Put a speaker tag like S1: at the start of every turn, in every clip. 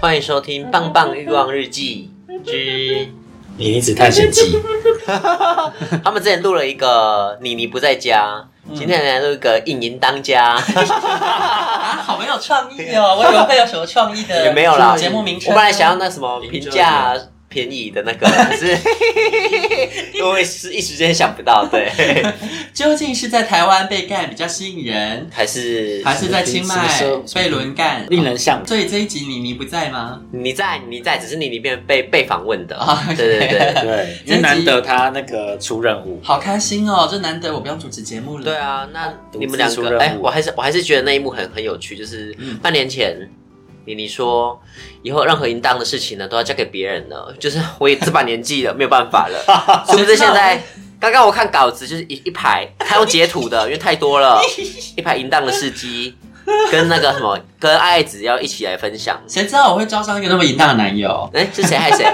S1: 欢迎收听《棒棒欲望日记》之
S2: 你妮子探 险记，
S1: 他们之前录了一个妮妮不在家，今天来录一个影音当家，
S3: 好没有创意哦！我以为会有什么创意的，
S1: 也没有啦。
S3: 节目名称。
S1: 我本来想要那什么评价便宜的那个，可 是因为是一时间想不到，对，
S3: 究竟是在台湾被干比较吸引人，
S1: 还是
S3: 还是在清迈
S2: 什么时候
S3: 被轮干？
S2: 令人向往。
S3: 所以这一集妮妮不在吗？
S1: 你在你在，只是你里面被被访问的
S3: 啊，
S1: 对对对。
S2: 对，因为难得他那个出任务，
S3: 好开心哦！这难得我不用主持节目了。
S1: 对，啊，那
S2: 独自
S1: 你们两
S2: 出
S1: 个，
S2: 任务
S1: 哎、我还是我还是觉得那一幕很很有趣，就是半年前，你你说以后任何淫荡的事情呢，都要交给别人了，就是我也这把年纪了，没有办法了， 是不是现在？刚刚我看稿子，就是一一排，他用截图的，因为 太多了，一排淫荡的事 迹，跟那个什么，跟爱子要一起来分享。
S3: 谁知道我会招上一个那么淫荡的男 友？
S1: 哎、是谁害谁？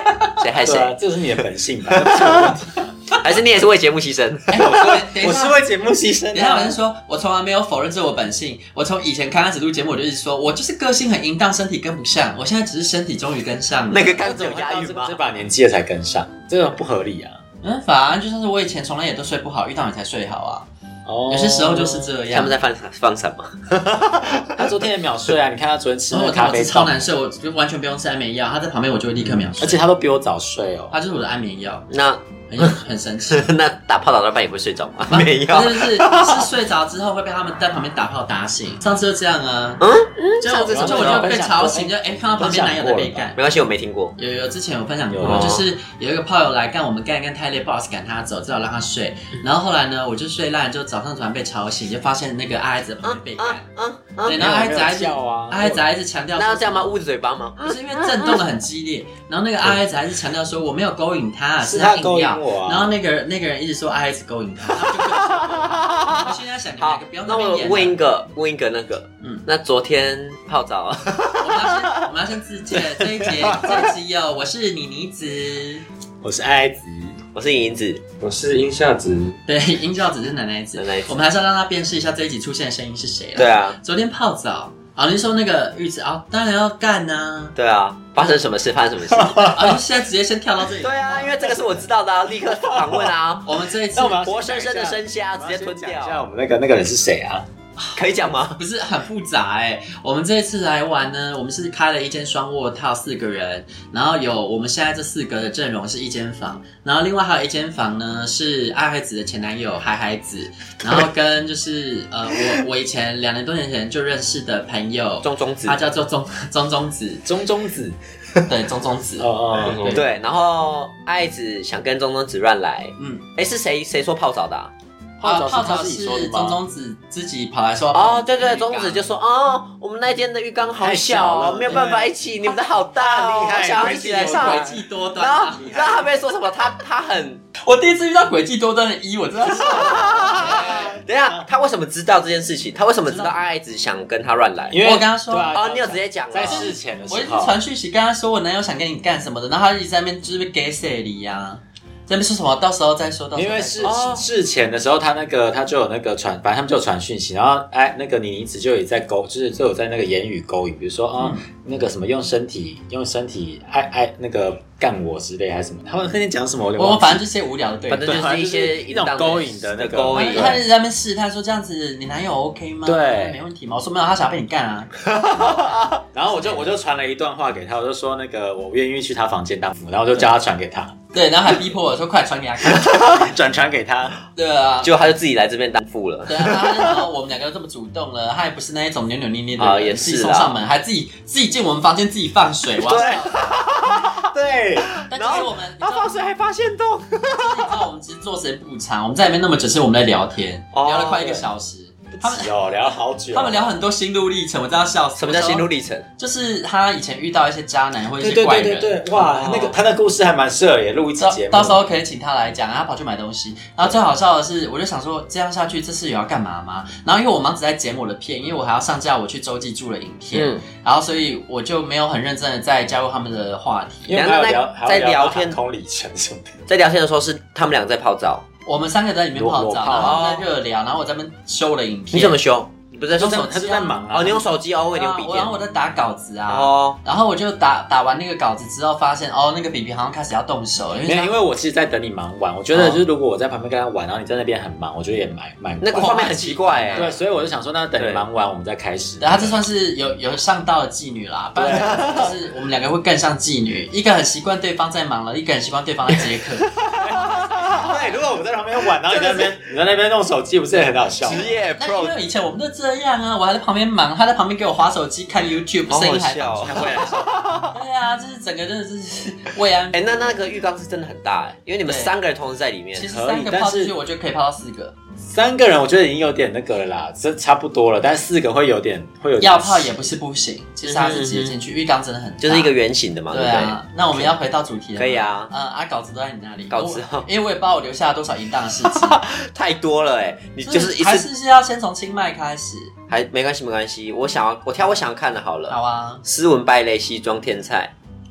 S1: 谁害
S2: 对啊
S1: 谁？，
S2: 这是你的本 性吧？这不是我的问题
S1: 还是你也是为节目牺牲？
S3: 哎，我说，等一
S2: 我是
S3: 下。
S2: 为节目牺牲
S3: 等一
S2: 的
S3: 下，我
S2: 啊
S3: 是。说，我从来没有否认这我本性。我从以前刚开始录节目，我就一直说，我就是个性很淫荡，身体跟不上。我现在只是身体终于跟上了。
S1: 那个刚
S2: 怎
S1: 怎
S2: 么
S1: 么
S2: 会
S1: 押
S2: 到
S1: 韵
S2: 这
S1: 吗
S2: 这？把年纪了才跟上？这个不合理啊！
S3: 嗯，反而就像是我以前从来也都睡不好，遇到你才睡好啊。
S2: 哦
S3: 有些时候就是这
S1: 他
S3: 样
S1: 们。在放放什么？
S2: 他昨天也秒睡啊！你看他昨天吃
S3: 然
S2: 那
S3: 后
S2: 个
S3: 我看
S2: 咖
S3: 我
S2: 啡
S3: 是超
S2: 豆，
S3: 难受，我就完全不用吃安眠药，他在旁边我就会立刻秒睡，
S2: 而且他都比我早睡哦。
S3: 他就是我的安眠药，
S1: 那
S3: 很 很神奇。
S1: 那打炮打到一半也不会睡着吗？
S3: 不是是是睡着之后会被他们在旁边打炮打醒，上次就这样啊，嗯，就
S1: 上次
S3: 我就
S1: 什么
S3: 我
S1: 时候
S3: 就被
S2: 分享
S3: 吵
S2: 过
S3: 醒，就哎、看到旁边男友在被干。
S1: 没关系，我没听过。
S3: 有有，之前有分享过，
S2: 有啊
S3: 就是有一个炮友来干我们干干太累，不好意思赶他走，只好让他睡。
S2: 嗯
S3: 然后后来呢，我就睡烂，就早上突然被吵醒，就发现那个阿呆子在旁边被
S2: 啊
S3: 干。
S1: 嗯
S3: 对，
S1: 嗯，
S3: 然后阿
S2: 还
S3: 呆子还一直
S2: 叫啊，
S3: 阿呆子还一直强调
S1: 那
S3: 说
S1: 要这样吗？捂着嘴巴吗？
S3: 不是因为震动的很激 烈，然后那个阿 S 还是强调说我没有勾引他，
S2: 是
S3: 他
S2: 他
S3: 硬
S2: 勾引
S3: 要。
S2: 我啊
S3: 然后那个那个人一直说阿 S 勾引他，然后就更生气我现在想你们两
S1: 好
S3: 个不要，
S1: 那
S3: 那么
S1: 我
S3: 演了。啊
S1: 问一个，问一个那个，
S3: 嗯
S1: 那昨天泡澡，啊
S3: 我们要先我们要先自荐，这一 节这一集有我是妮妮子，
S2: 我是爱子，
S1: 我是银子，
S4: 我是音夏子，
S3: 对，音效只是奶奶子
S1: 奶奶子，
S3: 我们还是要让他辨识一下这一集出现的声音是谁了。
S1: 对，啊，
S3: 昨天泡澡。啊，你说那个玉子啊，当然要干呐、
S1: 对啊，发生什么事？发生什么事？
S3: 啊！啊，现在直接先跳到这里。
S1: 对啊，因为这个是我知道的啊，立刻访问啊，
S3: 我们这一次
S2: 那我们要
S1: 活生生的生虾直接吞
S2: 讲一下我
S1: 掉，
S2: 们那个那个人是谁啊？
S1: 可以讲吗？
S3: 不是很复杂哎、我们这一次来玩呢，我们是开了一间双卧套，四个人，然后有我们现在这四个的阵容是一间房，然后另外还有一间房呢是爱孩子的前男友海海子，然后跟就是呃我我以前两年多年前就认识的朋 友，
S1: 中中子
S3: 他，叫做钟钟钟子，
S2: 中中子，
S3: 对钟钟子
S2: 哦，哦，哦
S1: 对，然后爱子想跟中中子乱来，
S3: 嗯，
S1: 哎，是谁谁说泡澡的啊？
S2: 泡
S3: 啊
S2: 澡
S3: 泡
S2: 是他
S3: 澡
S2: 自己
S3: 是
S2: 说的
S3: 钟
S2: 吗？
S3: 钟子自己跑来说
S1: 哦，对对，中子就说哦，我们那间的浴缸好小
S2: 太小
S1: 哦，
S2: 了
S1: 没有办法一起，你们的好大哦，
S2: 厉害
S1: 我想要一
S2: 自
S1: 起
S2: 己
S1: 来
S2: 也
S1: 上
S2: 会
S3: 诡
S1: 来。
S3: 计多端、
S1: 然
S3: 啊
S1: 后，你知道他被说什么？他他很
S3: 我第一次遇到诡计多端的一，我真的 是。
S1: 等一下，他为什么知道这件事情？他为什么知道阿爱子想跟他乱来？
S2: 因为
S3: 我跟他说
S2: 对啊
S1: 哦，你有直接讲了
S2: 在。事前的时
S3: 我一直
S2: 候，
S3: 传讯息跟他说我男友想跟你干什么的，然后他一直在那边就是给谁离呀，啊在那边说什么到时候再说，到时
S2: 因
S3: 候再
S2: 为
S3: 说
S2: 事
S1: 哦
S2: 事前的时候，他那个他就有那个传，反正他们就有传讯息，然后哎，那个你一直就有在勾，就是就有在那个言语勾引，比如说啊、
S3: 嗯
S2: 那个什么用身体用身体爱爱那个干我之类还是什么，他们那天讲什么我有点
S3: 我们
S2: 忘记
S3: 反正就是无聊的对
S1: 反
S3: 话，
S1: 正就是一些
S2: 一种勾引的那个
S1: 勾
S3: 他
S1: 引，
S3: 他一直在那边试探说这样子你男友 OK 吗？
S2: 对
S3: 没问题吗？我说没有，他想要被你干啊。
S2: 然后我就我就传了一段话给他，我就说那个我愿意去他房间当父母，然后我就叫他传给他，
S3: 对，然后还逼迫我说快传给他看，
S2: 转传给他，
S3: 对啊，
S1: 结果他就自己来这边担负了。
S3: 对啊，然后我们两个都这么主动了， 他也不是那一种扭扭捏捏的
S1: 啊
S3: 人
S1: 也
S3: 自己
S1: 是
S3: 送
S1: 啦
S3: 上门，还自己自己进我们房间自己放水，哇！
S2: 对，
S3: 但其
S2: 然
S3: 实
S2: 后
S3: 我们，你知
S2: 他
S3: 道
S2: 放
S3: 你
S2: 水还发现洞，
S3: 知道我们其实做时间不长，我们在里面那么久，是我们在聊天，
S1: 哦
S3: 聊了快一个小时。他们
S2: 有聊好久，啊
S3: 他们聊很多心路历程，我真的要笑死。
S1: 什么叫心路
S3: 历？
S1: 历程？
S3: 就是他以前遇到一些渣男或者
S2: 对
S3: 一些
S2: 对
S3: 怪
S2: 对
S3: 人，
S2: 对对，哇
S3: 哦，
S2: 那个他那故事还蛮适合也录一期
S3: 到
S2: 节目，
S3: 到时候可以请他来讲，然后他跑去买东西。然后最好笑的是，我就想说这样下去这次有要干嘛吗？然后因为我忙着在剪我的片，因为我还要上架我去洲际住的影片，
S1: 嗯，
S3: 然后所以我就没有很认真的在加入他们的话题。
S2: 因为还有聊
S1: 在
S2: 还有
S1: 在聊
S2: 聊
S1: 天
S2: 空里程什么的，
S1: 在聊天的时候是他们俩在泡澡，
S3: 我们三个在里面
S2: 裸
S3: 泡
S2: 裸
S3: 澡，
S2: 泡
S3: 然后在热聊，然后我在那边修我的影片。
S1: 你怎么修？你不是在
S3: 用
S1: 说
S3: 手机啊
S2: 他就在忙啊，
S1: 哦，你用手机哦，我已
S3: 对
S1: 经
S3: 啊
S1: 笔
S3: 我
S1: 电
S3: 然后我在打稿子啊。
S1: 哦，
S3: 然后我就打打完那个稿子之后，发现哦，那个比比好像开始要动手了，因
S2: 没
S3: 为
S2: 有，
S3: 他
S2: 因为我其实在等你忙完，我觉得就是如果我在旁边跟他玩，然后你在那边很忙，我觉得也蛮蛮
S1: 那个画面很奇怪
S2: 对，
S1: 哎，
S2: 所以我就想说，那等你忙完我们再开始。
S3: 对，她这算是有有上道的妓女啦，不然就是我们两个会更像妓女，一个很习惯对方在忙了，一个很习惯对方在接 客。
S2: 对，啊如果我们在旁边玩，然后你在那边你在那边弄手机，不是也很好笑吗？
S1: 业
S3: 但因为以前我们都这样啊，我还在旁边忙，他在旁边给我划手机看 YouTube，
S1: 好
S3: 声
S1: 好
S3: 音还
S1: 笑哦。
S3: 对啊，就是整个真的是 未安。
S1: 哎，那那个浴缸是真的很大哎，因为你们
S3: 对
S1: 三个人同时在里面
S3: 其，实
S2: 合理
S3: 三个
S2: 但
S3: 泡出
S2: 是
S3: 去，我就可以泡到四个，
S2: 三个人我觉得已经有点那个了啦，这差不多了，但四个会有点会有点
S3: 要泡也不是不行。其实他是直接进去，浴缸真的很大
S1: 就是一个圆形的嘛，对
S3: 对
S1: 不对？
S3: 啊，那我们要回到主题了吗。
S1: 可以啊
S3: 嗯啊，稿子都在你那里。
S1: 稿子哦
S3: 我因为我也不知道我留下了多少淫荡的事情，
S1: 太多了哎，你 就是一
S3: 还
S1: 次
S3: 是是要先从清迈开始。
S1: 还没关系没关系，我想要我挑我想要看的好
S3: 好
S1: 了。
S3: 啊，
S1: 斯文败类西装天菜，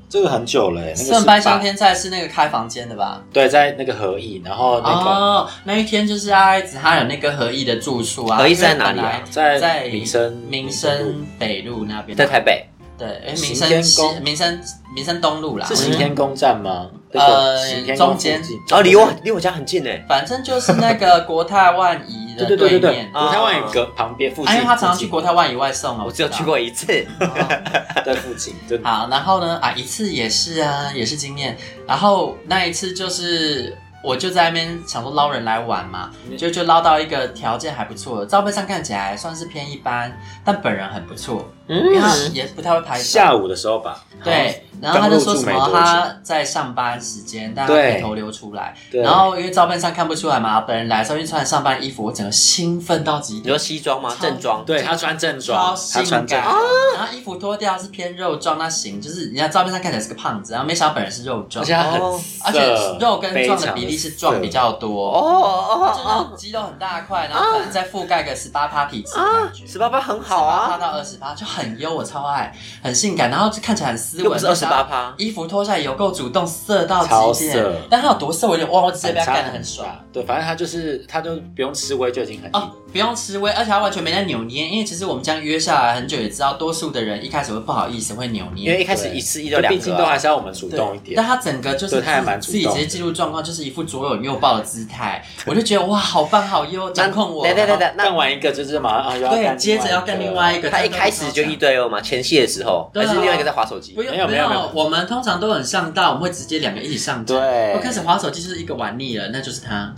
S2: 这个很久了欸，那
S3: 圣
S2: 个是
S3: 班
S2: 八
S3: 香天菜是那个开房间的吧？
S2: 对，在那个合意，然后那个
S3: 哦，那一天就是阿爱子他有那个合意的住宿啊。
S1: 合意是在哪里啊
S3: 因为本来
S2: 在
S3: 在
S2: 民生
S3: 民
S2: 民生
S3: 生北路那边，
S1: 在台北
S3: 对，哎，民
S2: 行
S3: 生
S2: 天
S3: 西
S2: 宫
S3: 民生民生东路啦。
S2: 是
S3: 我觉
S2: 行
S3: 得
S2: 天宫站吗？那
S3: 呃
S2: 个行天宫
S3: 中间
S2: 附近
S1: 哦，离我离我家很近哎，
S3: 反正就是那个国泰万怡的
S2: 对对对对对
S3: 面，。
S1: 啊
S2: 国泰万宇隔旁边附
S3: 啊
S2: 近，
S3: 因为他常常去
S2: 附近
S3: 国泰万怡外送啊，
S1: 我
S3: 我
S1: 只有
S3: 知道
S1: 去。过一次。
S3: 哦
S2: 在附近，对，
S3: 好，然后呢啊，一次也是啊，也是经验。然后那一次就是，我就在那边想说捞人来玩嘛，
S2: 嗯
S3: 就就捞到一个条件还不错的，照片上看起来算是偏一般，但本人很不错，因为他
S1: 嗯，
S3: 也不太会拍照。
S2: 下午的时候吧。
S3: 对，
S2: 哦
S3: 然后他就说什
S2: 刚入
S3: 么
S2: 住没多久
S3: 他在上班时间，但他
S2: 对
S3: 眉头流出来。
S2: 对，
S3: 然后因为照片上看不出来嘛，本人来的时候因为穿上班衣服，我整个兴奋到极
S1: 你
S3: 点
S1: 说。西装吗？
S3: 超
S1: 正装。
S2: 对他穿正
S3: 超
S2: 装，他
S3: 性
S2: 穿正
S3: 感啊
S2: 装，，
S3: 然后衣服脱掉是偏肉壮，那行，就是人家照片上看起来是个胖子，然后没想到本人是肉壮
S2: 而且，他很
S1: 哦
S2: 色
S3: 而且肉跟
S2: 非
S3: 壮的
S2: 常
S3: 比例是
S2: 色哦
S3: 壮比较多，
S1: 哦
S3: 就是那种肌肉很大块，然后可能再覆盖个十八趴体脂的感觉，
S1: 十八趴很好
S3: 趴
S1: 啊，
S3: 到二十趴就很优，我超爱，很性感，然后就看起来很斯
S1: 又不
S3: 文，
S1: 是二十八，趴，
S3: 衣服脱下来有够主动，色到
S2: 超
S3: 极
S2: 色
S3: 点，但他有多色，我有点忘，我直接被他
S2: 反差
S3: 干得很爽。
S2: 大。对，反正他就是他就不用吃味就已经很
S3: 哦，不用吃威，而且他完全没在扭捏，因为其实我们这样约下来很久，也知道多数的人一开始会不好意思，会扭捏，
S1: 因为一开始
S2: 对
S1: 一次一
S2: 硬
S1: 就两
S2: 毕
S1: 个
S2: 竟都
S1: 啊，
S2: 还是要我们主
S3: 对
S2: 动一点
S3: 但。他整个就是
S2: 对他还蛮
S3: 自
S2: 主
S3: 己
S2: 动
S3: 直接进入状况，就是一副左拥右抱的姿 态，我就觉得哇，好棒好优，掌控我。
S1: 对对对
S3: 然
S1: 对，
S2: 干
S1: 那
S2: 完一个就是马上啊，又要
S3: 后对，
S2: 干
S3: 接着要
S2: 干
S3: 干另外一
S2: 个。
S3: 个。
S1: 他一开始就一对二嘛，前戏的时候，
S3: 对
S1: 还
S3: 啊
S1: 是另外一个在划手机
S3: 不，用
S2: 没有
S3: 不
S2: 没有没
S3: 用
S2: 有，
S3: 我们通常都很上道，我们会直接两个一起上道。
S2: 对
S3: 我开始划手机就是一个玩腻了，那就是他。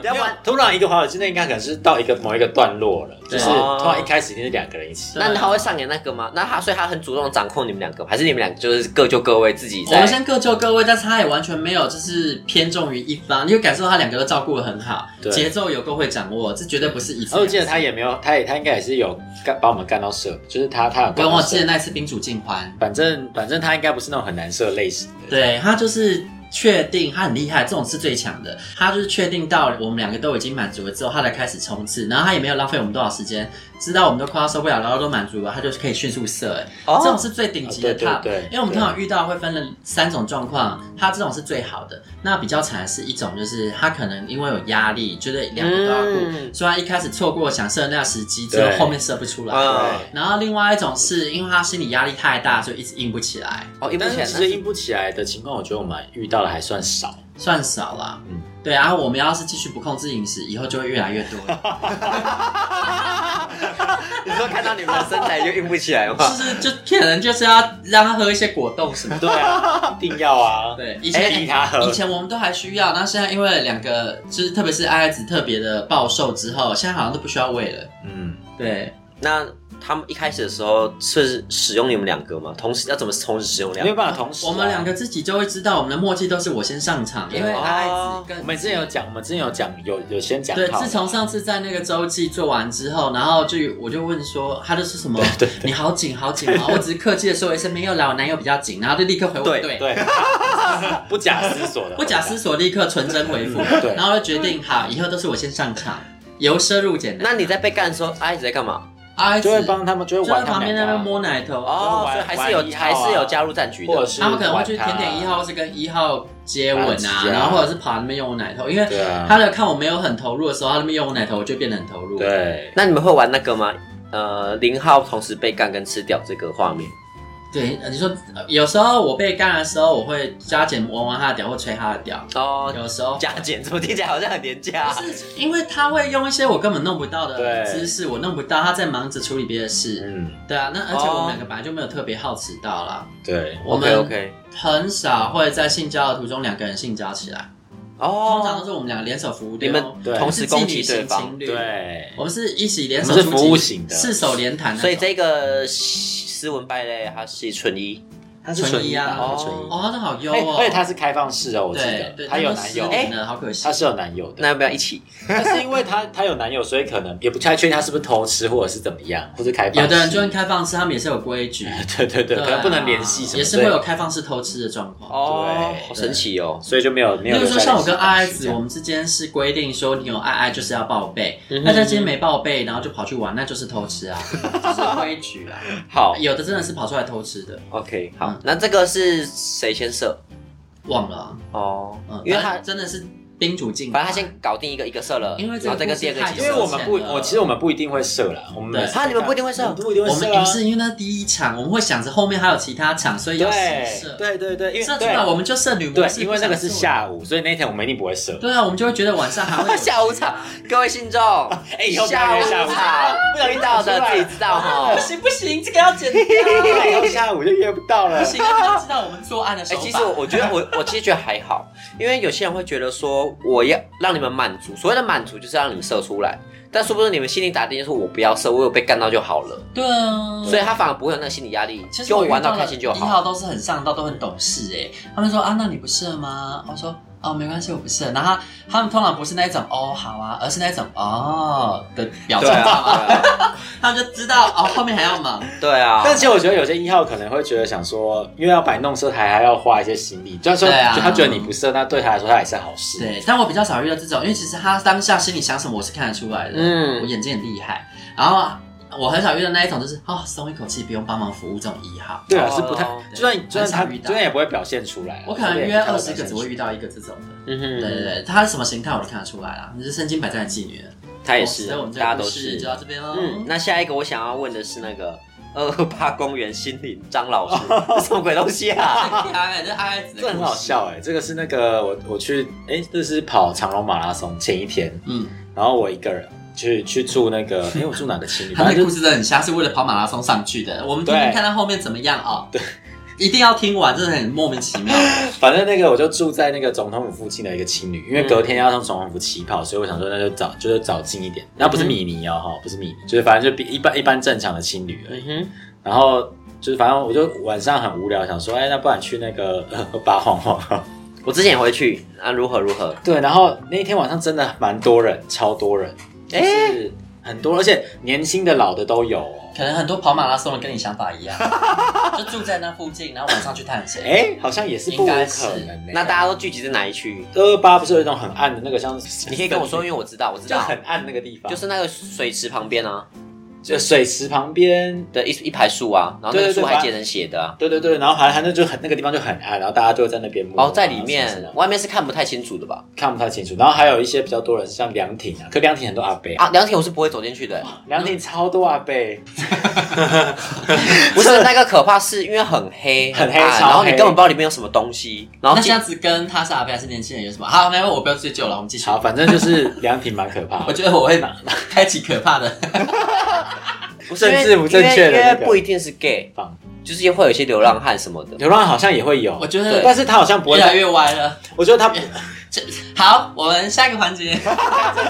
S1: 不
S2: 要
S1: 要
S2: 不然
S1: 玩。
S2: 通常一个滑手机，那应该可能是到一个某一个段落了，就是
S1: 哦
S2: 通常一开始一定是两个人一起。
S3: 对
S1: 那他会上演那个吗？那他所以他很主动掌控你们两个，还是你们两个就是各就各位自己
S3: 我
S1: 在
S3: 们？先各就各位，但是他也完全没有就是偏重于一方，你会感受到他两个都照顾的很好，
S2: 对
S3: 节奏有够会掌握，这绝对不是一次
S2: 然后
S3: 两
S2: 我
S3: 次。
S2: 记得他也没有，他也他应该也是有干把我们干到射，就是他他有
S3: 不
S2: 干
S3: 用
S2: 到
S3: 我记得
S2: 射。
S3: 那次宾主尽欢，
S2: 反正反正他应该不是那种很难射类型的。
S3: 对他就是确定他很厉害，这种是最强的。他就是确定到我们两个都已经满足了之后，他才开始冲刺，然后他也没有浪费我们多少时间，知道我们都快要受不了，然后都满足了，他就是可以迅速射、哎、这种
S1: 哦，
S3: 是最顶级的
S2: 啊对对
S3: top，、
S2: 对
S3: 因为我们通常遇到会分了三种状况，他这种是最好的。那比较惨的是一种就是他可能因为有压力，觉得两个都要顾，
S1: 嗯
S3: 所以他一开始错过想射的那个时机，之后
S2: 对
S3: 后面射不出来。
S1: 啊，
S3: 然后另外一种是因为他心理压力太大，所以一直硬不起来。
S1: 哦，一目
S2: 但
S1: 前
S2: 是其实硬不起来的情况，我觉得我们遇到的还 算少。
S3: 算少啦。
S2: 嗯
S3: 对，然后 我们要是继续不控制饮食，以后就会越来越多。
S1: 你说看到你们的身材就硬不起来吗？
S3: 就是就可能就是要让他喝一些果冻什么的。
S2: 对啊，一定要啊，
S3: 对，以
S2: 哎，
S3: 前、
S2: 逼他喝
S3: 以。前我们都还需要，那现在因为两个就是特别是爱爱子特别的暴瘦之后，现在好像都不需要喂了。
S2: 嗯，
S3: 对，
S1: 那他们一开始的时候是使用你们两个吗？同时要怎么同时使用两
S2: 没有
S1: 个？
S2: 办法同时啊。
S3: 我们两个自己就会知道，我们的默契都是我先上场，因为
S1: 哦
S3: 爱爱子跟
S2: 我们之前有讲，我们之前有讲，有有先讲
S3: 对，
S2: 好
S3: 自。从上次在那个周记做完之后，然后就我就问说，他就是什么？你好紧，好紧 啊！我只是客气的说一声，没有啦，我男友比较紧，然后就立刻回我，
S1: 对
S2: 对，不假思索的，
S3: 不假思索，立刻纯真回复，
S2: 对
S3: 然后就决定好，以后都是我先上场，由奢入俭难。
S1: 那你在被干的时候，阿姨在干嘛？
S3: 啊，
S2: 就会帮他们，就
S3: 就
S2: 会
S3: 在
S2: 玩他
S3: 旁
S2: 们
S3: 边那边
S2: 两个啊，
S3: 摸奶头，
S1: 哦，
S2: 玩
S1: 所以还是有
S2: 玩一号
S1: 还
S2: 啊
S1: 是有加入战局
S2: 或者
S1: 的。
S2: 是
S3: 他们可能会
S2: 玩
S3: 去
S2: 他
S3: 舔舔一号，或是跟一号接吻
S2: 垃圾
S3: 啊，
S2: 啊
S3: 然后或者是跑那边用我奶头，因为
S2: 对啊
S3: 他的看我没有很投入的时候，他那边用我奶头，我就变得很投入。，
S2: 对，
S1: 那你们会玩那个吗？呃，零号同时被干跟吃掉这个画面，
S3: 对，呃你说呃有时候我被干的时候，我会加减玩玩他的屌，或吹他的屌。
S1: 哦，
S3: 有时候
S1: 加减怎么听起来好像很廉价？
S3: 是因为他会用一些我根本弄不到的
S2: 对
S3: 姿势，我弄不到，他在忙着处理别的事。
S2: 嗯，
S3: 对啊，那而且我
S1: 哦
S3: 们两个本来就没有特别好奇到啦，
S2: 对，
S3: 我
S1: OK
S3: 们
S1: OK，
S3: 很少会在性交的途中两个人性交起来，通常都
S1: 哦，
S3: 是我们两个联手服务。
S1: 你们
S2: 对
S1: 同时攻击对
S3: 是妓
S1: 方，
S3: 女型情侣，
S2: 对，
S3: 我们是一起联手
S2: 我们是
S3: 出击
S2: 服务型的
S3: 四手联弹那种。
S1: 所以这个斯文败类它是纯一。
S2: 他
S3: 是纯一啊
S2: 他是纯一。
S3: 哦，他真好优
S2: 哎
S3: 哦，
S2: 而且他是开放式哦，我记
S3: 对对，
S2: 得他有男友，
S3: 哎，好可惜
S2: 他。是有男友的。
S1: 那要不要一起？
S2: 但是因为他他有男友，所以可能也不太确定他是不是偷吃或者是怎么样，或者开放式。
S3: 有的人就跟开放式，他们也是有规矩，
S2: 对对哎对，
S3: 对啊
S2: 可能不能联系什么，
S3: 也是会有开放式偷吃的状况。
S1: 哦，
S2: 对
S1: 好神奇哦。
S2: 所以，所以就没有
S3: 比
S2: 没有
S3: 如
S2: 留
S3: 说，像
S2: 下联系方式。
S3: 我跟爱爱
S2: 这
S3: 子，
S2: 样
S3: 我们之间是规定说，你有爱爱就是要报备。
S1: 嗯
S3: 那他今天没报备，然后就跑去玩，那就是偷吃 啊，就是规矩啊。
S1: 好
S3: 有的真的是跑出来偷吃的，
S1: ，OK，好
S3: 嗯，
S1: 那这个是谁先射？
S3: 忘了啊、
S1: 哦
S3: 嗯，，
S1: 因为
S3: 反
S1: 他
S3: 正真的是宾主尽
S1: 反
S3: 欢，
S1: 正他先搞定一个一个射了，
S3: 因为这个
S1: 然后这个
S3: 故事
S1: 第二个一
S3: 太
S1: 起
S2: 因
S1: 射
S2: 为我们不，
S3: 射了
S2: 我其实我们不一定会射啦，我们
S3: 对
S2: 每次
S1: 啊你们不一定会射
S2: 我们不一定会
S3: 我
S2: 射
S3: 们
S2: 啊
S3: 不。是因为那第一场，我们会想着后面还有其他场，所以要试
S2: 对
S3: 射。
S2: 啊对对对，因为
S3: 射出来
S2: 对
S3: 我们就剩女模式，
S2: 对，因为那个是
S3: 不想做了。
S2: 下午，所以那一天我们一定不会射。
S3: 对啊，我们就会觉得晚上还会有
S1: 下午场，各位信众，
S2: 哎以后不要约下午场
S1: 场
S2: 不小心
S1: 遇到的
S2: 讲出
S1: 自
S2: 来
S1: 己知道哈
S3: 不。 行不行，这个要剪掉，啊
S2: 然后下午就啊约不到了
S3: 不。行，让他知道我们作案的
S1: 哎、
S3: 手法。
S1: 其实我我觉得我我其实觉得还好，因为有些人会觉得说我要让你们满足，所谓的满足就是让你们射出来，但说不定你们心里打定就是我不要射，我有被干到就好了，
S3: 对啊，
S1: 所以他反而不会有那个心理压力，
S3: 其实
S1: 就
S3: 我
S1: 玩到开心就
S3: 一号
S1: 好。
S3: 都是很上道，都很懂事哎、他们说啊，那你不射吗？我说哦，没关系，我不射。然后他他们通常不是那一种哦好啊，而是那一种哦的表情，
S1: 对
S3: 知道吗
S1: 啊，
S3: 他们就知道哦后面还要忙。
S1: 对啊，
S2: 但其实我觉得有些一号可能会觉得想说，因为要摆弄射台，还要花一些心力。就算说
S3: 对啊
S2: 就他觉得你不射，那对他来说他也是好事。
S3: 对，但我比较少遇到这种，因为其实他当下心里想什么，我是看得出来的。
S1: 嗯
S3: 我眼睛很厉害。然后我很少遇到那一种，就是哦松一口气，不用帮忙服务这种一号。
S2: 对啊，是不太
S1: 哦，
S2: 就算就算他
S3: 很少遇到
S2: 就算也不会表现出来啊。
S3: 我可能
S2: 对
S3: 约
S2: 不对
S3: 二十个，只会遇。到一个这种的。
S1: 嗯哼
S3: 对对对，他什么形态我都看得出来啦，你是身经百战的妓女。哦
S1: 他也是，
S3: 所以我们这
S1: 大家
S3: 个
S1: 都
S3: 故事
S1: 是
S3: 就。到哦这边喽。
S1: 嗯，那下一个我想要问的是那个 二二八公园心灵张老师，
S3: 哦
S1: 这什么鬼东西啊？
S3: 很可爱，这爱爱子的故
S2: 这
S3: 事
S2: 很好。笑哎、这个是那个我我去哎、这是跑长隆马拉松前一天，
S3: 嗯，
S2: 然后我一个人去去住那 个哎、我住哪个情侣？
S3: 他
S2: 反
S3: 的
S2: 正
S3: 故
S2: 就
S3: 事真的很瞎，是为了跑马拉松上去的。我们听听
S2: 对
S3: 看他后面怎么样啊、对，一定要听完，真的很莫名其妙。
S2: 反正那个我就住在那个总统府附近的一个情侣，因为隔天要从总统府起
S3: 嗯
S2: 跑，所以我想说那就早就是早近一点，那不是米妮哦哈，不是米妮，就是反正就比一般一般正常的情侣而已。
S1: 嗯哼，
S2: 然后就是反正我就晚上很无聊，想说哎、那不然去那个呃八晃晃。
S1: 我之前也会去啊，如何如何？
S2: 对，然后那一天晚上真的蛮多人，超多人，就是很多，而且年轻的老的都有、哦。
S3: 可能很多跑马拉松的跟你想法一 样，就住在那附近，然后晚上去探险。
S2: 哎、好像也是不无可能、欸。
S1: 那大家都聚集在哪一区？
S2: 二二八不是有一种很暗的那个像，
S1: 你可以跟我说，因为我知道，我知
S2: 就
S1: 道，
S2: 很暗那个地方，
S1: 就是那个水池旁边啊，
S2: 就水池旁边。
S1: 对，一一排树啊，然后那个
S2: 对对对
S1: 树还
S2: 把
S1: 剪成斜的啊、
S2: 对对对，然后还还那就很那个地方就很暗，然后大家就在那边摸啊
S1: 哦，在里
S2: 什么什
S1: 面，
S2: 么
S1: 外面是看不太清楚的吧？
S2: 看不太清楚。然后还有一些比较多人，像凉亭啊，可凉亭很多阿伯，
S1: 啊，嗯凉亭我是不会走进去的、欸
S2: 凉亭超多阿伯，
S1: 不是那个可怕，是因为很 黑，
S2: 很黑
S1: 暗
S2: 超
S1: 然后你
S2: 黑
S1: 根本不知道里面有什么东西，然后
S3: 那这
S1: 进
S3: 样子跟他是阿飞还是年轻人有什么？好，没有，我不要追究了，我们继续。
S2: 好，反正就是凉亭蛮可怕
S3: 我
S2: 的。
S3: 觉得我会开启可怕的，
S2: 政治不正确
S1: 因为
S2: 的
S1: 因
S2: 那
S1: 为不一
S2: 个
S1: 定是 gay，
S2: 放。
S1: 就是会有一些流浪汉什么的。
S2: 流浪好像也会有，
S3: 我觉得
S2: 但是他好像不会
S3: 越来越歪了。
S2: 我觉得他不
S3: 这好，我们下一个环 节。
S2: 政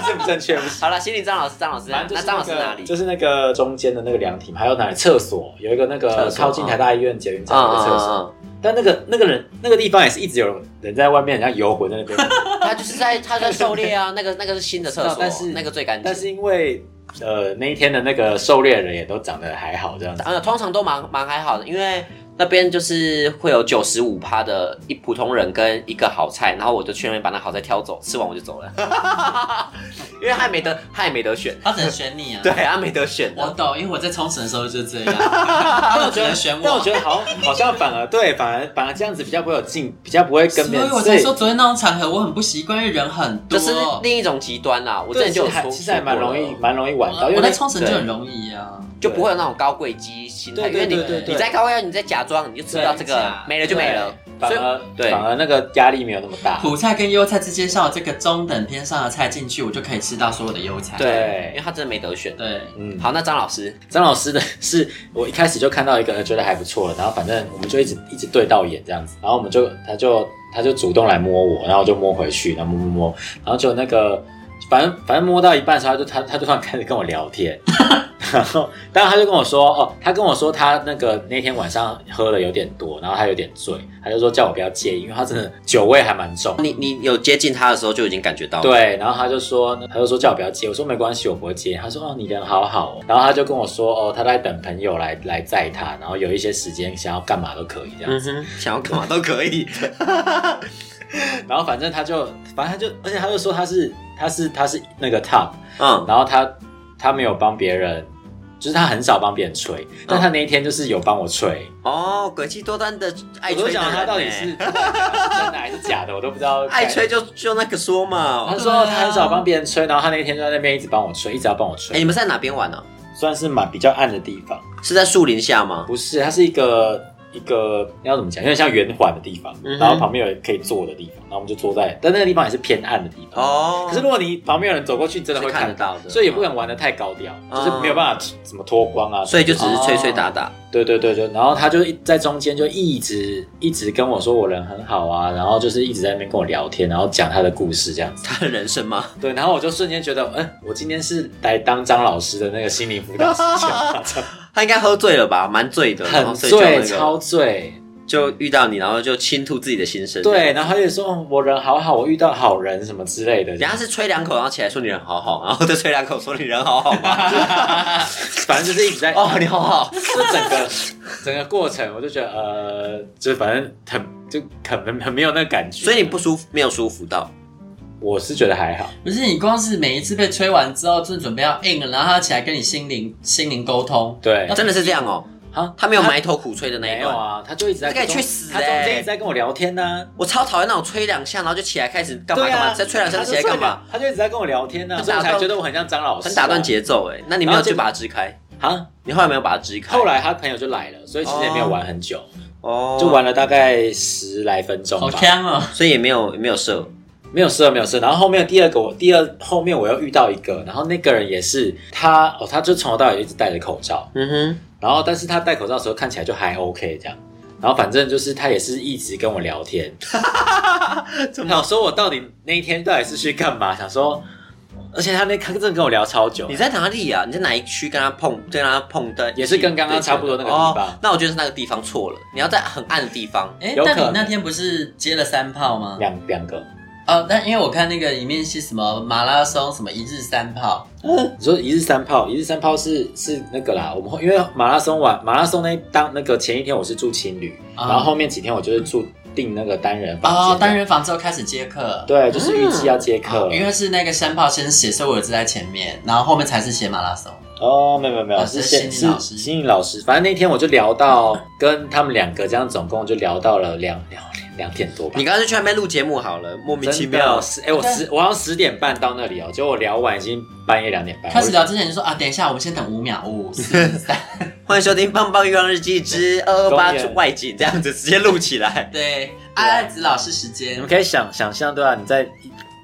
S2: 治不正确，不是
S1: 好了，心理张老师，张老师，
S2: 反正就
S1: 那
S2: 是
S1: 张
S2: 那
S1: 老师哪里
S2: 个？就是那个中间的那个凉亭，还有哪里厕所有一个那个
S1: 厕所
S2: 靠近台大医院捷运站
S1: 嗯
S2: 的那个
S1: 嗯
S2: 厕所，
S1: 嗯
S2: 但那个那个人那个地方也是一直有人在外面，人家游魂 在那边，
S1: 嗯，他就是在他在狩猎啊，那个那个是新的厕
S2: 知
S1: 所
S2: 道，但是
S1: 那个最干净。
S2: 但是因为呃那一天的那个狩猎人也都长得还好这样子，
S1: 呃，通常都蛮蛮还好的，因为那边就是会有九十五趴的一普通人跟一个好菜，然后我就去那边把那好菜挑走，吃完我就走了， 因为他也没得他也没得选，
S3: 他只能选你啊。
S1: 对，，他没得选
S3: 我
S1: 的。
S3: 懂，因为我在冲绳的时候就这 样，他们只能选
S2: 但我
S3: 我。
S2: 觉得好像好像反而对，反而反而这样子比较不会有竞，比较不会跟
S3: 所
S2: 别
S3: 以
S2: 人，
S3: 我
S2: 所
S3: 才
S2: 以
S3: 说昨天那种场合我很不习惯，因为人很多。
S1: 这是另一种极端啦，我之
S2: 对
S1: 前就
S2: 其
S1: 有
S2: 实还
S1: 说，
S2: 其实还蛮
S1: 说过
S2: 容
S1: 了
S2: 易蛮容易玩到，因
S3: 我
S2: 为那
S3: 在冲绳就很容易啊。
S1: 就不会有那种高贵鸡心态，
S2: 对
S1: 因为
S2: 对
S1: 你
S2: 对对对，
S1: 你在高贵，你在假装，你就吃到这
S3: 对
S1: 个
S3: 假
S1: 没了就没了，
S2: 反
S1: 所以
S2: 而
S1: 对
S2: 反而那个压力没有那么大。
S3: 苦菜跟优菜之间上这个中等偏上的菜进去，我就可以吃到所有的优菜。
S2: 对
S1: 因为他真的没得选。
S3: 对，
S2: 嗯，
S1: 好，那张老师，
S2: 张老师的是我一开始就看到一个觉得还不错了，然后反正我们就一直一直对到眼这样子，然后我们就他就他就主动来摸我，然后我就摸回去，然后摸摸摸，然后就那个反正反正摸到一半的时候，他就他他就突然开始跟我聊天，然后当然他就跟我说哦，他跟我说他那个那天晚上喝了有点多，然后他有点醉，他就说叫我不要介意，因为他真的酒味还蛮重。
S1: 你你有接近他的时候就已经感觉到了，
S2: 对，然后他就说，他就说叫我不要接，我说没关系，我不会接。他说哦，你人好好、哦，然后他就跟我说哦，他在等朋友来来载他，然后有一些时间想要干嘛都可以这样
S1: 嗯
S2: 子。
S1: 哼，想要干嘛都可以。
S2: 然后反正他就，反正他就，而且他就说他是他是他是那个 top，
S1: 嗯，
S2: 然后他他没有帮别人，就是他很少帮别人吹，但他那一天就是有帮我吹。
S1: 哦，诡计多端的爱
S2: 我都
S1: 吹的
S2: 想
S1: 人
S2: 他到底
S1: 欸
S2: 是真的还是假的，我都不知道。
S1: 爱吹就就那个说嘛
S2: 他。说哦他很少帮别人吹，然后他那一天就在那边一直帮我吹，一直要帮我
S1: 哎，你
S2: 吹，
S1: 们是在哪边玩呢？
S2: 算是蛮比较暗的地方。
S1: 是在树林下吗？
S2: 不是，它是一个一个要怎么讲，有点像圆环的地方，
S1: 嗯哼
S2: 然后旁边有可以坐的地方，然后我们就坐在，但那个地方也是偏暗的地方。
S1: 哦，
S2: 可是如果你旁边有人走过去，你真的会哦
S1: 是看
S2: 看
S1: 得，到的，
S2: 所以也不敢玩的太高调，
S1: 嗯
S2: 就是没有办法怎么脱光啊。
S1: 所以就只是吹吹打打。
S2: 对对对，就然后他就一在中间就一直一直跟我说我人很好啊，然后就是一直在那边跟我聊天，然后讲他的故事这样子。
S1: 他的人生吗？
S2: 对，然后我就瞬间觉得，嗯，我今天是来当张老师的那个心理辅导 师讲，
S1: 他应该喝醉了吧，蛮醉的，然后
S2: 很
S1: 所以就那
S2: 醉，
S1: 个
S2: 超醉。
S1: 就遇到你，然后就倾吐自己的心声。
S2: 对，，然后他就说、哦我人好好，我遇到好人什么之类的，
S1: 人家是吹两口，然后起来说你人好好，然后再吹两口说你人好好嘛。
S2: 反正就是一直在
S1: 哦， 你好好，
S2: 就整个整个过程，我就觉得呃，就反正很就很很没有那个感觉。
S1: 所以你不，舒服，没有舒服到。
S2: 我是觉得还好，
S3: 不是你光是每一次被吹完之后，正准备要硬了，然后他起来跟你心灵心灵沟通，
S2: 对
S1: 真的是这样哦，
S2: 啊，
S1: 他没有埋头苦吹的那
S2: 没
S1: 一
S2: 有
S1: 段。
S2: 啊，他就一直在
S1: 这个
S2: 跟
S1: 也去死
S2: 他中
S1: 欸
S2: 间一直在跟我聊天呢、
S1: 我超讨厌那种吹两下，然后就起来开始干嘛
S2: 对
S1: 干嘛，
S2: 啊，
S1: 再吹两下
S2: 他
S1: 就起
S2: 就
S1: 来干
S2: 吹两
S1: 嘛，？
S2: 他就一直在跟我聊天呢、
S1: 很
S2: 所以我
S1: 打
S2: 才
S1: 断
S2: 觉得我很像张老师、啊
S1: 很打断节奏哎。那你没有
S2: 然后
S1: 去
S2: 就
S1: 把它支开？
S2: 啊。
S1: 你后来没有把它支开？
S2: 后来他朋友就来了，所以其实也没有玩很久，
S1: 哦，
S2: 就，玩了大概十来分钟吧。
S3: 好香哦！
S1: 所以也没有也没有射。
S2: 没有事，没有事。然后后面第二个，我第二后面我又遇到一个，然后那个人也是他哦，他就从头到尾一直戴着口罩，
S1: 嗯哼，
S2: 然后但是他戴口罩的时候看起来就还 OK 这样。然后反正就是他也是一直跟我聊天， 怎么说我到底那一天到底是去干嘛？想说，而且他那他真的跟我聊超久
S1: 你，在哪里啊？你在哪一区跟他碰跟他碰的？
S2: 也是跟刚刚差不多那个地方嗯
S1: 哦那我觉得是那个地方错了，你要在很暗的地方。
S3: 哎，
S2: 有可
S3: 但
S2: 能
S3: 你那天不是接了三炮吗？
S2: 两两个。
S3: 哦，但因为我看那个里面是什么马拉松，什么一日三炮，
S2: 你说一日三炮，一日三炮是是那个啦，我们因为马拉松完马拉松那一当那个前一天我是住青旅，
S3: 啊
S2: 然后后面几天我就是住订那个单人房间这
S3: 哦
S2: 样，
S3: 单人房之后开始接客，哦
S2: 对，就是预计要接客。
S3: 嗯因为是那个三炮先写，所以我字在前面，然后后面才是写马拉松。
S2: 哦，没有没有没
S3: 哦
S2: 有，
S3: 是
S2: 是先
S3: 心理老
S2: 是
S3: 师
S2: 心理老师。反正那天我就聊 到跟他们两个这样，总共就聊到了两两两点多吧
S1: 你。刚刚就去那边录节目好了，莫名其
S2: 真的
S1: 妙。
S2: 十哎，我十我好像十点半到那里哦，结果我聊完已经半夜两点半。
S3: 开始聊之前就说啊，等一下，我们先等五秒，五 四三，
S1: 欢迎收听《棒棒月光日记之二二八
S2: 公园
S1: 外景》，这样子直接录起来。
S3: 对，爱爱子老师时间
S2: 啊你们可以想想象对啊，你在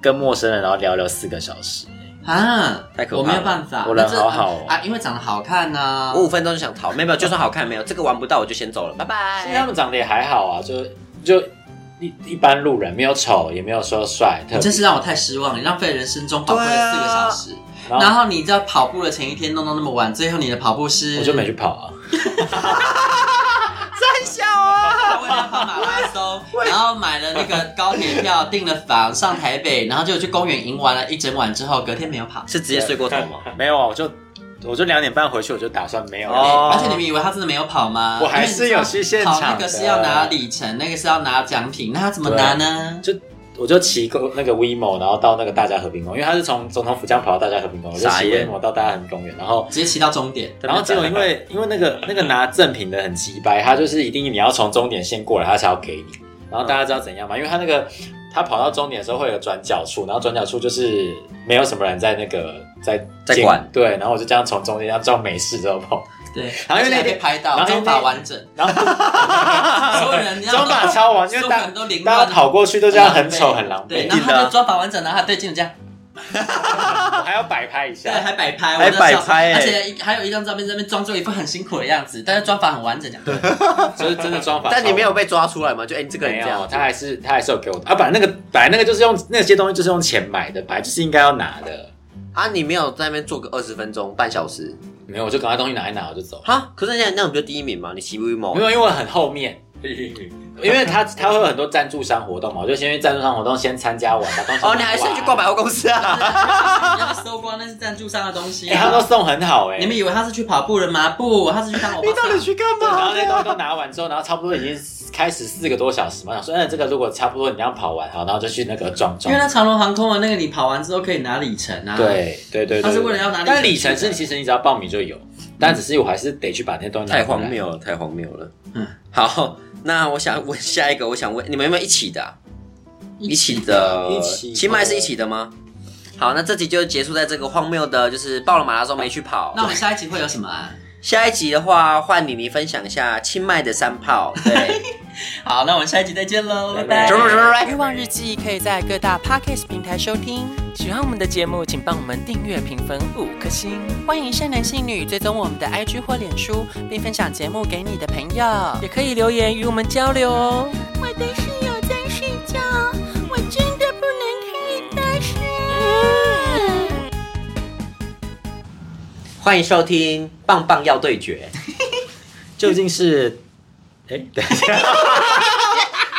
S2: 跟陌生人然后聊聊四个小时，
S3: 啊啊，
S1: 太可怕了
S3: 我没有办法，
S2: 我人
S3: 那这
S2: 好好哦
S3: 啊，因为长得好看呐、啊
S1: 我。五分钟就想逃，没有没有，就算好看没有，这个玩不到我就先走了，拜
S2: 其实他
S1: 拜。
S2: 们长得也还好啊，就就一一般路人，没有丑，也没有说帅，
S3: 你
S2: 特别
S3: 真是让我太失望，你浪费人生中宝贵的四个小时。
S2: 然后
S3: 然后你在跑步的前一天弄到那么晚，最后你的跑步是
S2: 我就没去跑啊。
S1: 三小啊，
S3: 他为了跑马拉松，然后买了那个高铁票，订了房，上台北，然后就去公园赢完了一整晚之后，隔天没有跑。
S1: 是直接睡过头吗？
S3: 嗯
S2: 没有啊，我就我就两点半回去，我就打算没有。
S1: 哦
S3: 而且你们以为他真的没有跑吗？
S2: 我还是有去现场的
S3: 因为你知道跑那个是要拿里程，那个是要拿奖品，那他怎么拿呢？
S2: 就我就骑过那个 WeMo，然后到那个大家和平公园，因为他是从总统府这样跑到大家和平公园，我就
S1: 傻
S2: 骑
S1: 眼
S2: WeMo 到大家和平公园，然后。
S3: 直接骑到终点。
S2: 然后结果因为因为那个那个拿赠品的很鸡掰，他就是一定你要从终点线过来，他才要给你。然后大家知道怎样吗？因为他那个他跑到终点的时候会有转角处，然后转角处就是没有什么人在那个在
S1: 在
S2: 监
S1: 管
S2: 对，然后我就这样从中间这样装没事之后跑，
S3: 对，
S2: 然后
S3: 而
S2: 因为那
S3: 且还被拍到
S2: 然后因
S3: 中
S2: 为
S3: 法完整，
S2: 然后
S3: 所有人要
S2: 装法超 完，
S3: 所
S2: 因为
S3: 有
S2: 大
S3: 人都凌
S2: 大家
S3: 乱。
S2: 跑过去都这样很丑很狼
S3: 对，
S2: 狈
S3: 然，后
S1: 一定
S3: 他
S1: 的
S3: 就
S1: 啊
S3: 抓法完整，然后他对镜子这样，
S2: 我还要摆拍一
S3: 对，
S2: 下。
S3: 还摆拍，我
S1: 还
S3: 真的
S1: 摆
S3: 笑死
S1: 拍欸
S3: 而且一还有一张照片在那边装作一副很辛苦的样子，但是抓法很 完整，讲
S2: 就是真的装法。
S1: 但你没有被抓出来吗？就哎，你这个
S2: 没
S1: 人这
S2: 有，
S1: 样，
S2: 他还是他还是有给我的啊。本来那个本来那个就是用那些东西就是用钱买的，本来就是应该要拿的。
S1: 啊，你没有在那边坐个二十分钟、半小时
S2: 没有，我就赶快东西拿一拿我就走。
S1: 哈，可是那那种不就第一名吗？你骑不某
S2: 没有，因为我很后面，因为他他会有很多赞助商活动嘛，我就先去赞助商活动先参加完，把东西
S1: 哦，你还是
S2: 拿完
S1: 去逛百货公司 啊？
S3: 你要搜光那是赞助商的东西啊
S2: 哎、他们都送很好哎、
S3: 你们以为他是去跑步了吗？不，他是去当欧巴桑。
S1: 干
S2: 对然后那些东西都拿完之后，然后差不多已经开始四个多小时嘛，想说，嗯，这个如果差不多你这样跑完好，然后就去那个撞
S3: 因
S2: 撞
S3: 为。他长龙航空的那个，你跑完之后可以拿里程啊。，
S2: 对对对对，
S3: 他是
S2: 对
S3: 为了要拿里程
S2: 但里程是其实你只要报名就有，但只是我还是得去把那些东西拿
S1: 太
S2: 回来
S1: 荒。谬了，太荒谬了。嗯
S3: 嗯，
S1: 好，那我想问下一个，我想问你们有没有一起的啊、一
S3: 一
S1: 起的，
S2: 一起的
S1: 清迈是一起的吗？好，那这集就结束在这个荒谬的，就是报了马拉松没去跑。
S3: 那我们下一集会有什么啊？
S1: 下一集的话，换妮妮分享一下清迈的三炮。 对，
S3: 好，那我们下一集再见喽，拜拜。
S1: 走走走走
S4: 欲望日记可以在各大 podcast 平台收听。喜欢我们的节目，请帮我们订阅、评分五颗星。欢迎善男信女追踪我们的 IG 或脸书，并分享节目给你的朋友，也可以留言与我们交流哦。
S5: 我的室友在睡觉，我真的不能看大声。
S4: 嗯
S1: 欢迎收听《棒棒要对决
S2: 究竟是，哎、等一下，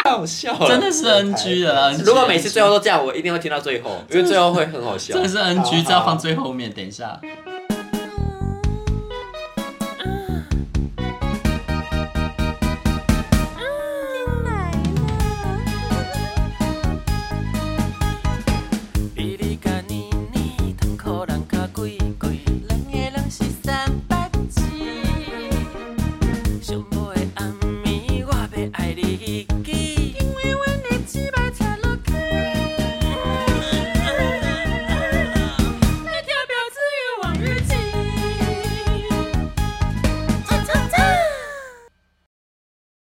S2: 太好笑了，
S3: 真的是啊 NG 的啦，》。
S1: 如果每次最后都这样，我一定会听到最后，因为最后会很好笑
S3: 真。的是 NG，
S2: 好
S3: 这要放最后面。等一下，